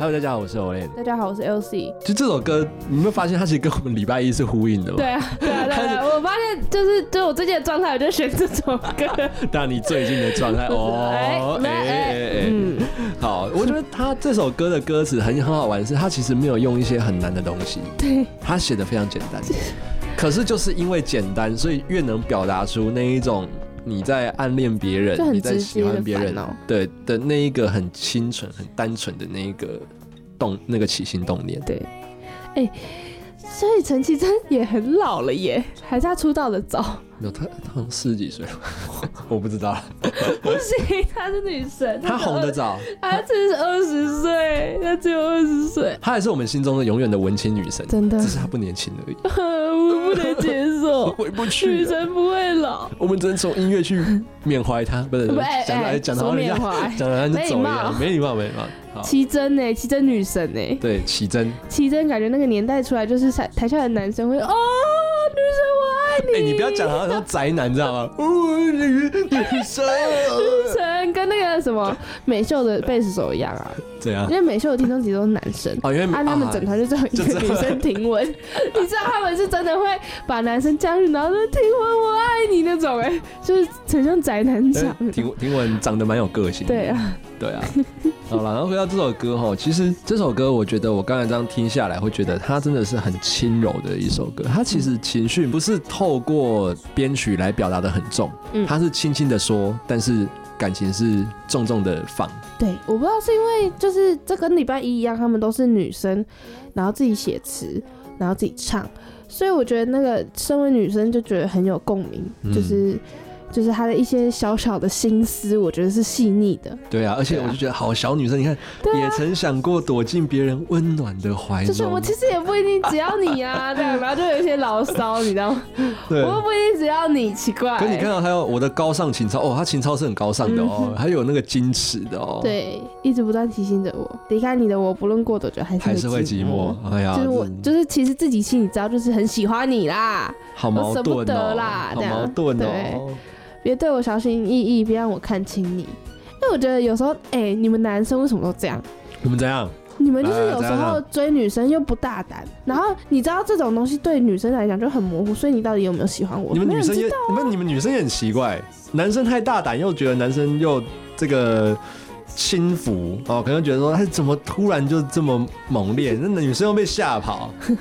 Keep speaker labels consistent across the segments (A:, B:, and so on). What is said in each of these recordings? A: Hello，大家好，我是 Olen。
B: 大家好，我是 LC。
A: 就这首歌，你有没有发现它其实跟我们礼拜一是呼应的吗？
B: 对啊，对啊，对啊对啊！我发现就是，就我最近的状态，我就选这首歌。
A: 但你最近的 状态哦，哎
B: 哎
A: 哎哎哎，
B: 嗯，
A: 好，我觉得他这首歌的歌词很很好玩，是他其实没有用一些很难的东西，
B: 对，
A: 他写的非常简 单。可是就是因为简单，所以越能表达出那一种你在暗恋别
B: 就
A: 人，
B: 很
A: 你在
B: 直
A: 喜
B: 接
A: 欢
B: 的
A: 别
B: 烦
A: 人，
B: 恼。
A: 对的那一个很清纯、很单纯的那一个动那个起心动念。
B: 对，哎、 所以陈绮贞也很老了耶，还是她出道的早？
A: 没有，他他好像四十几岁了， 我不知道，
B: 不行，她是女神，
A: 他红的，早，
B: 她只是二十岁，她只有二十岁，
A: 他还是我们心中的永远的文青女神，
B: 真的
A: 只，是他不年轻而已。，
B: 我不能接受
A: 回不去
B: 女
A: 了，
B: 神不会老。
A: 我们只能从音乐去缅怀他，不是
B: 不哎
A: 讲
B: 哎
A: 来讲到
B: 说
A: 人
B: 缅
A: 家
B: 怀
A: 讲到人家
B: 没礼
A: 走一
B: 貌
A: 样，没礼貌，没礼貌。好，
B: 绮贞呢？绮贞欸女神呢？
A: 对，起真，
B: 奇珍感觉那个年代出来，就是台台下的男生会哦，女神我爱
A: 哎，
B: 你。
A: 你不要讲好像宅男，知 道吗？哦，女女生，
B: 女神跟那个什么美秀的贝斯手一样啊，
A: 怎样
B: 因？为美秀的听众其实都是男生。
A: 哦，因为
B: 啊，他们整团就只有
A: 就
B: 一个
A: 这
B: 女 生挺稳，你知道他们是真的会把男生加入，然后说挺稳，我爱你那种、哎，就是很像宅男场。
A: 哎挺挺稳，长得蛮有个性。
B: 对，啊，
A: 对啊。 好了，然后回到这首歌哈，其实这首歌我觉得我刚才这样听下来，会觉得它真的是很轻柔的一首歌。它其实情绪不是透过编曲来表达的很重，
B: 嗯
A: 它是轻轻的说，但是感情是重重的放。
B: 对，我不知道是因为就是这跟礼拜一一样，他们都是女生，然后自己写词，然后自己唱，所以我觉得那个身为女生就觉得很有共鸣，
A: 嗯
B: 就是就是她的一些小小的心思，我觉得是细腻的，
A: 对啊，而且
B: 对啊
A: 我就觉得好小女生，你看、
B: 对
A: 也
B: 啊。
A: 曾想过躲进别人温暖的怀
B: 就是
A: 中
B: 我，其实也不一定只要你啊，这样，然后就有一些牢骚，你知道吗？
A: 对。
B: 我又不一定只要你，奇怪、
A: 可是你看到还有我的高尚情操哦，他情操是很高尚的哦，还有那个矜持的哦，，
B: 嗯对，一直不断提醒着我，离开你的我，不论过多久，还是
A: 还是会寂寞。哎呀，
B: 嗯就是我，
A: 真
B: 就是其实自己心里知道，就是很喜欢你啦。
A: 好矛
B: 我舍不
A: 盾哦、
B: 得啦
A: 好
B: 这样
A: 矛盾哦、
B: 对别对我小心翼翼，别让我看清你。因为我觉得有时候，哎、你们男生为什么都这样？
A: 你们怎样？
B: 你们就是
A: 来
B: 有时
A: 哎怎样
B: 候追女生又不大胆，然后你知道这种东西对女生来讲就很模糊，所以你到底有没有喜欢我？
A: 你们
B: 没有人
A: 女生
B: 知
A: 也，你们你们女生也很奇怪，男生太大胆，又觉得男生又这个轻浮哦，可能觉得说他怎么突然就这么猛烈，那女生又被吓跑，
B: 哎、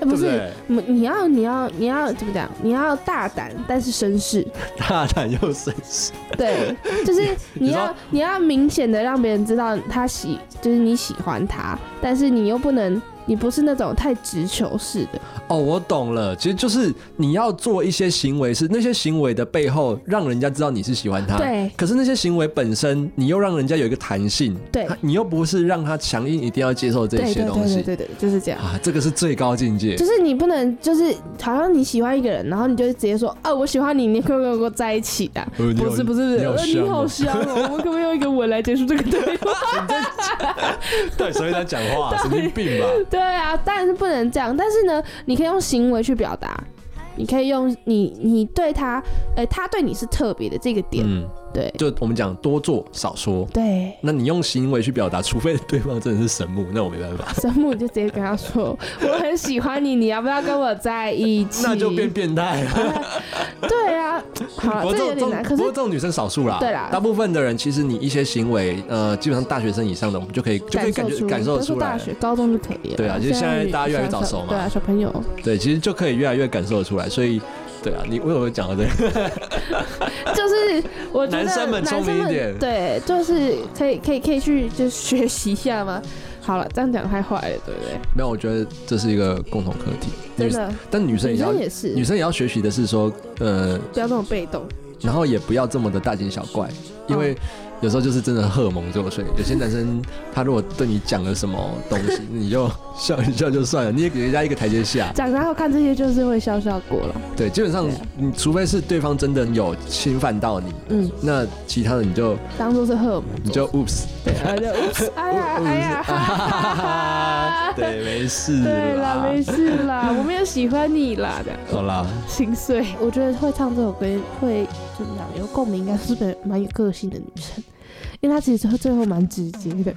A: 对
B: 不
A: 不
B: 是，
A: 对？
B: 你你要你要你要怎么讲？你要大胆，但是绅士，
A: 大胆又绅士，
B: 对，就是
A: 你
B: 你
A: 说
B: 要你要明显的让别人知道他喜，就是你喜欢他，但是你又不能，你不是那种太直球式的，
A: 哦，我懂了，其实就是你要做一些行为是，那些行为的背后，让人家知道你是喜欢他。。
B: 对，
A: 可是那些行为本身，你又让人家有一个弹性，
B: 对
A: 他，你又不是让他强硬一定要接受这
B: 对
A: 些
B: 对
A: 东
B: 对对
A: 西
B: 对对，就是这样。
A: 啊，这个是最高境界
B: 就。是你不能，就是好像你喜欢一个人，然后你就直接说啊，我喜欢你，你可不可以跟我在一起啊？
A: 呃你好
B: 不是不是，
A: 你好
B: 呃你
A: 香
B: 好
A: 哦
B: 香哦，我们可不可以用一个吻来结束这个对话？
A: 对，所以他讲话神经病吧？
B: 对啊，当然是不能这样，但是呢，你可以用行为去表达，你可以用你你对他，哎、他对你是特别的这个点，
A: 嗯，
B: 对
A: 就我们讲多做少说。
B: 对。
A: 那你用行为去表达，除非对方真的是神木，那我没 办法，
B: 神母就直接跟他说：“我很喜欢你，你要不要跟我在一起？”
A: 那就变变态了。
B: 对啊，好 了，
A: 不过
B: 这
A: 这
B: 有
A: 种这
B: 点
A: 种
B: 难。可
A: 不
B: 是
A: 过这种女生少数啦，
B: 对啦
A: 大部分的人其实你一些行为，呃，基本上大学生以上的，我们就可以就可以感
B: 受
A: 觉
B: 出
A: 感受
B: 都
A: 得
B: 是
A: 出
B: 大
A: 来。
B: 学、高中就可以了。
A: 对啊就是现在大家越来越早熟嘛
B: 对啊，小朋友，
A: 对，其实就可以越来越感受得出来。所以，对啊，你为什么会讲到这个？
B: 就是我觉得
A: 男生们聪明一点
B: 男生们对，就是可以可以可以去就是学习一下嘛。好了，这样讲太坏了，对不对？
A: 没有，我觉得这是一个共同课题。
B: 真
A: 女，
B: 的，
A: 但女生
B: 女
A: 也要
B: 生，也是，
A: 女生也要学习的是说，呃，
B: 不要这么被动。
A: 然后也不要这么的大惊小怪，因
B: 嗯
A: 为有时候就是真的荷尔蒙作祟。有些男生他如果对你讲了什么东 西，你就笑一笑就算了，你也给人家一个台阶下。
B: 长大后看这些就是会笑笑过了。
A: 对，基本上
B: 对啊
A: 你除非是对方真的有侵犯到你，
B: 嗯，
A: 那其他的你就
B: 当做是荷尔蒙。
A: 你就哦嗯 oops，
B: 对，啊就 oops，哎呀哎呀，哈哈哈哈哈。
A: 对，没事
B: 对啦，
A: 啦
B: 没，事啦，我没有喜欢你啦，这样
A: 好啦，
B: 心碎。我觉得会唱这首歌，会怎么讲有共鸣，应该是蛮蛮有个性的女生，因为她其实最后蛮直接的。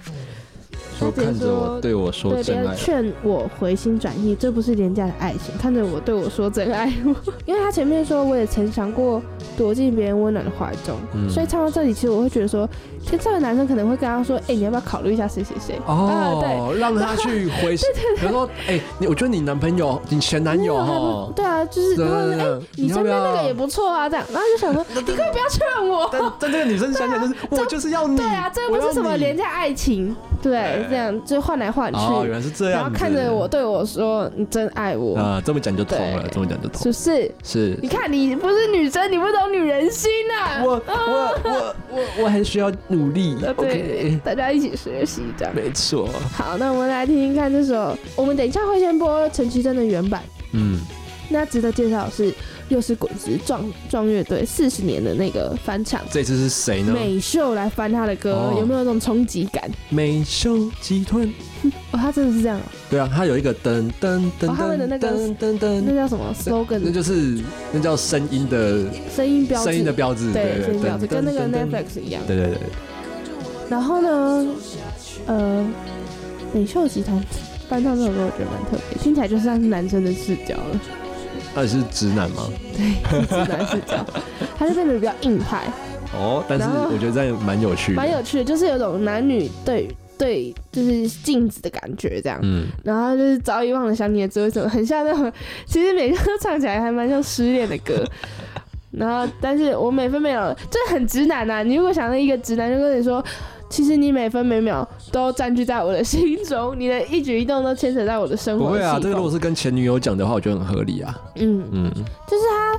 A: 就看着我对我说
B: 对别
A: 真
B: 人
A: 爱，啊
B: 劝我回心转意，这不是廉价的爱情。看着我对我说真爱 我，因为他前面说我也曾想过躲进别人温暖的怀中，
A: 嗯
B: 所以唱到这里，其实我会觉得说，其实这个男生可能会跟他说，哎、你要不要考虑一下谁谁谁？啊对
A: 哦，让他去回， 比如说，哎，你我觉得你男朋友，你前男友
B: 那还
A: 哈
B: 不，对啊，就是
A: 对
B: 然后
A: 对
B: 哎、
A: 对，
B: 你
A: 要
B: 身
A: 不
B: 边那个
A: 要
B: 也？不错啊，这样，然后就想说，你可以不要劝 我。
A: 但但这个女生想想就是，我就是要你，
B: 对啊，这又不
A: 我要
B: 是什么
A: 你
B: 廉价爱情，对
A: 对，
B: 这样就换来换去，
A: 哦，原来是这样
B: 然
A: 子，
B: 后看着我对我说，你真爱我，
A: 啊，这么讲就通了，
B: 对
A: 这么讲就通
B: 是不是？
A: 是
B: 你看，你不是女生，你不懂女人心啊呐、
A: 我我我我我很需要努力
B: 呃对
A: ，OK，
B: 大家一起学习这样。
A: 没错，
B: 好，那我们来听听看这首，我们等一下会先播陈绮贞的原版。
A: 嗯，
B: 那值得介绍的是，又是滚石壮壮乐队四十年的那个翻唱，
A: 这次是谁呢？
B: 美秀来翻他的歌，
A: 哦
B: 有没有那种冲击感？
A: 美秀集团。
B: 哦，他真的是这样哦，
A: 对啊，它有一个噔噔噔
B: 哦他们的那
A: 噔
B: 个
A: 噔噔
B: 那
A: 噔，
B: 叫什么
A: 嗯那
B: slogan？
A: 就是那叫声音的
B: 声音标志，
A: 声音的标志，
B: 对，声
A: 对
B: 音标志
A: 对，
B: 跟那个
A: 噔噔噔
B: Netflix 一样。
A: 对对对，
B: 然后呢，呃，美秀集团翻唱这首歌，我觉得蛮特别，听起来就像是男生的视角了，
A: 那你是直男吗？
B: 对，直男视角，他就变得比较硬派，
A: 哦，但是
B: 然后
A: 我觉得这样蛮有趣的，
B: 蛮有趣的，就是有种男女对对，就是镜子的感觉这样。
A: 嗯，
B: 然后就是早已忘了想你的滋味，怎么很像那种，其实每个都唱起来还蛮像失恋的 歌。然后，但是我每分每秒，这很直男呐、啊你如果想到一个直男，就跟你说，其实你每分每秒都占据在我的心中，你的一举一动都牵扯在我的生活。
A: 不会啊，这个如果，是跟前女友讲的话，我觉得很合理啊，
B: 嗯，
A: 嗯，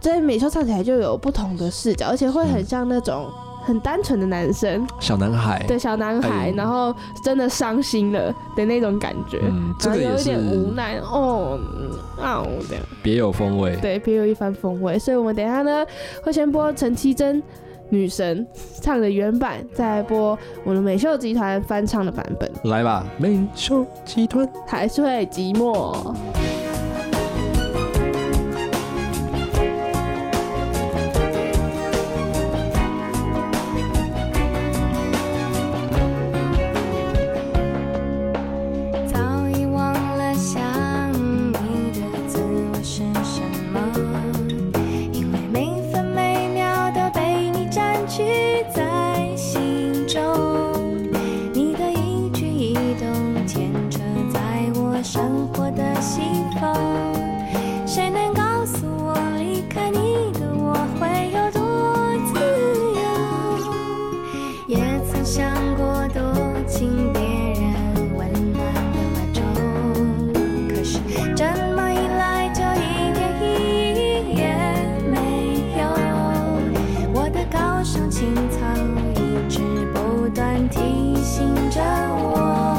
B: 所以美秀唱起来就有不同的视角，而且会很像那种很单纯的男生，
A: 小男孩，
B: 对小男
A: 哎
B: 孩，然后真的伤心了的那种感觉，
A: 嗯，这
B: 然
A: 个
B: 后有
A: 也
B: 一点无
A: 是
B: 奈，哦，嗯啊，我这样。
A: 别有风味，
B: 对，别有一番风味。所以我们等一下呢，会先播陈绮贞女神唱的原版，再来播我们美秀集团翻唱的版本，
A: 来吧，美秀集团，
B: 还是会寂寞。
C: 早已忘了想你的滋味是什么，因为每分每秒都被你占据在心中，你的一举一动牵扯在我生活的西风。谁能告诉我，离开你的我会有多自由？也曾想过躲进别人温暖的怀中，可是这么一来就一点意义也没有。我的高尚情操一直不断提醒着我，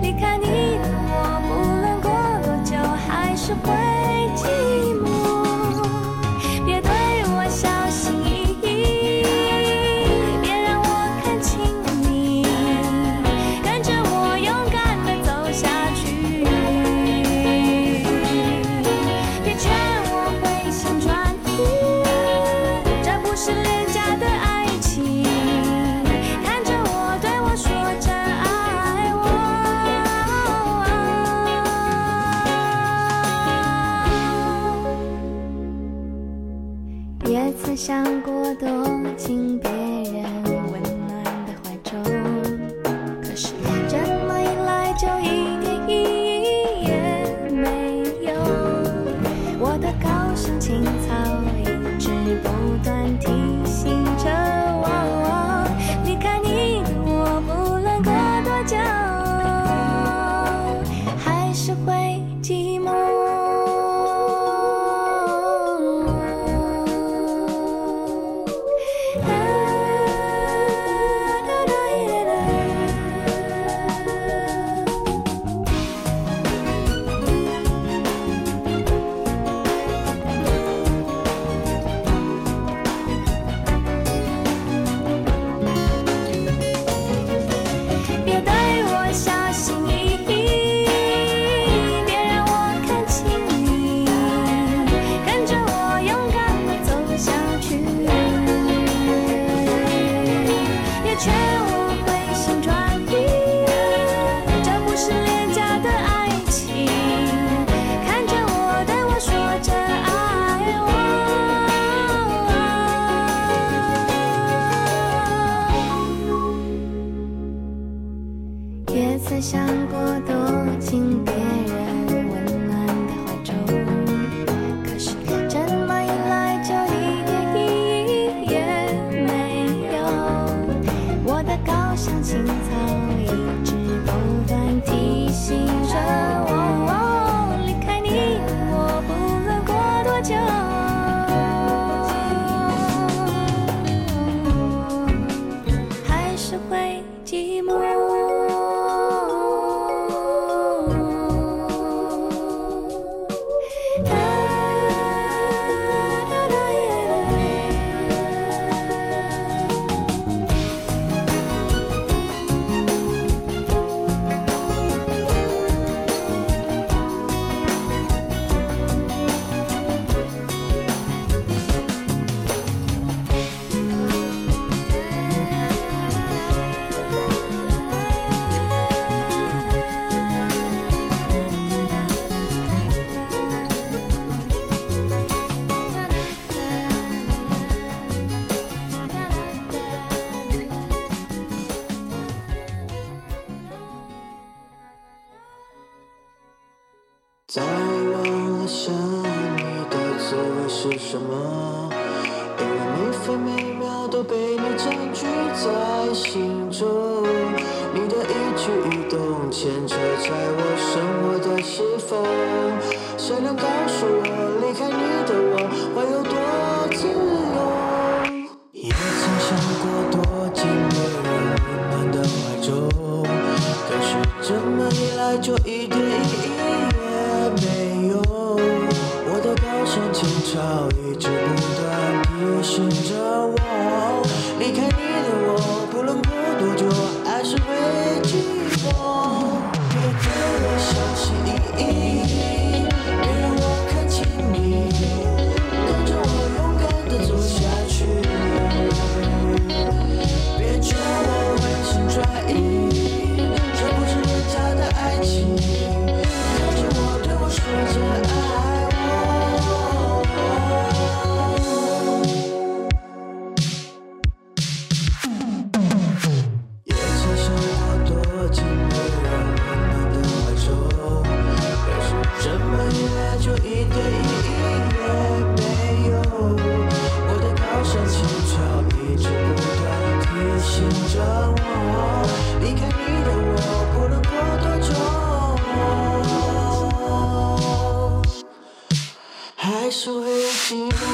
C: 离开你的我，不论过多久，还是会寂寞。别对我小心翼翼，别让我看清了你，跟着我勇敢的走下去。别劝我回心转意，这不是廉价的爱情。看着我，对我说真爱我。也曾想过躲进别人温暖的怀中，可是这么一来就一点意义也没有。我的高尚情操一直不断提醒着我，离开你的我，不论过多久，还是会寂寞。
D: 再忘了想你的滋味是什么，因为每分每秒都被你占据在心中，你的一举一动牵扯在我生活的是否，谁能告诉我离开你的我会有多自由？也曾想过躲进女人温暖的怀中，可是这么一来就一点意义也没有。我的高山情操一直不断提醒着我，离开你的我，不论过多久，还是会寂寞。别对我小心翼翼，别让我看清你，跟着我勇敢的走下去。别求我回心转意，这不是人家的爱情。可是我对我说着爱我。也曾想过躲进别人温暖的怀中，可是这么一来就一点意义也没有。我的高山情操一直不断提醒着我，离开你的我不能过多久，还是会寂寞。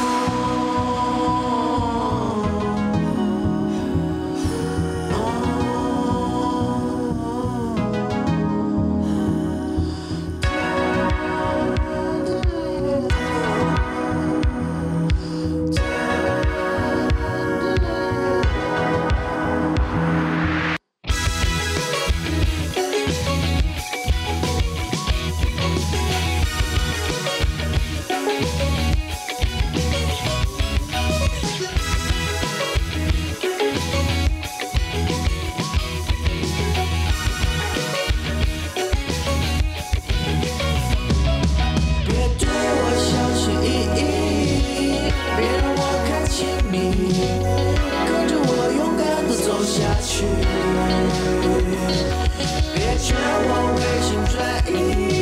D: 别对我小心翼翼，别让我看清你，跟着我勇敢的走下去。别劝我回心转意，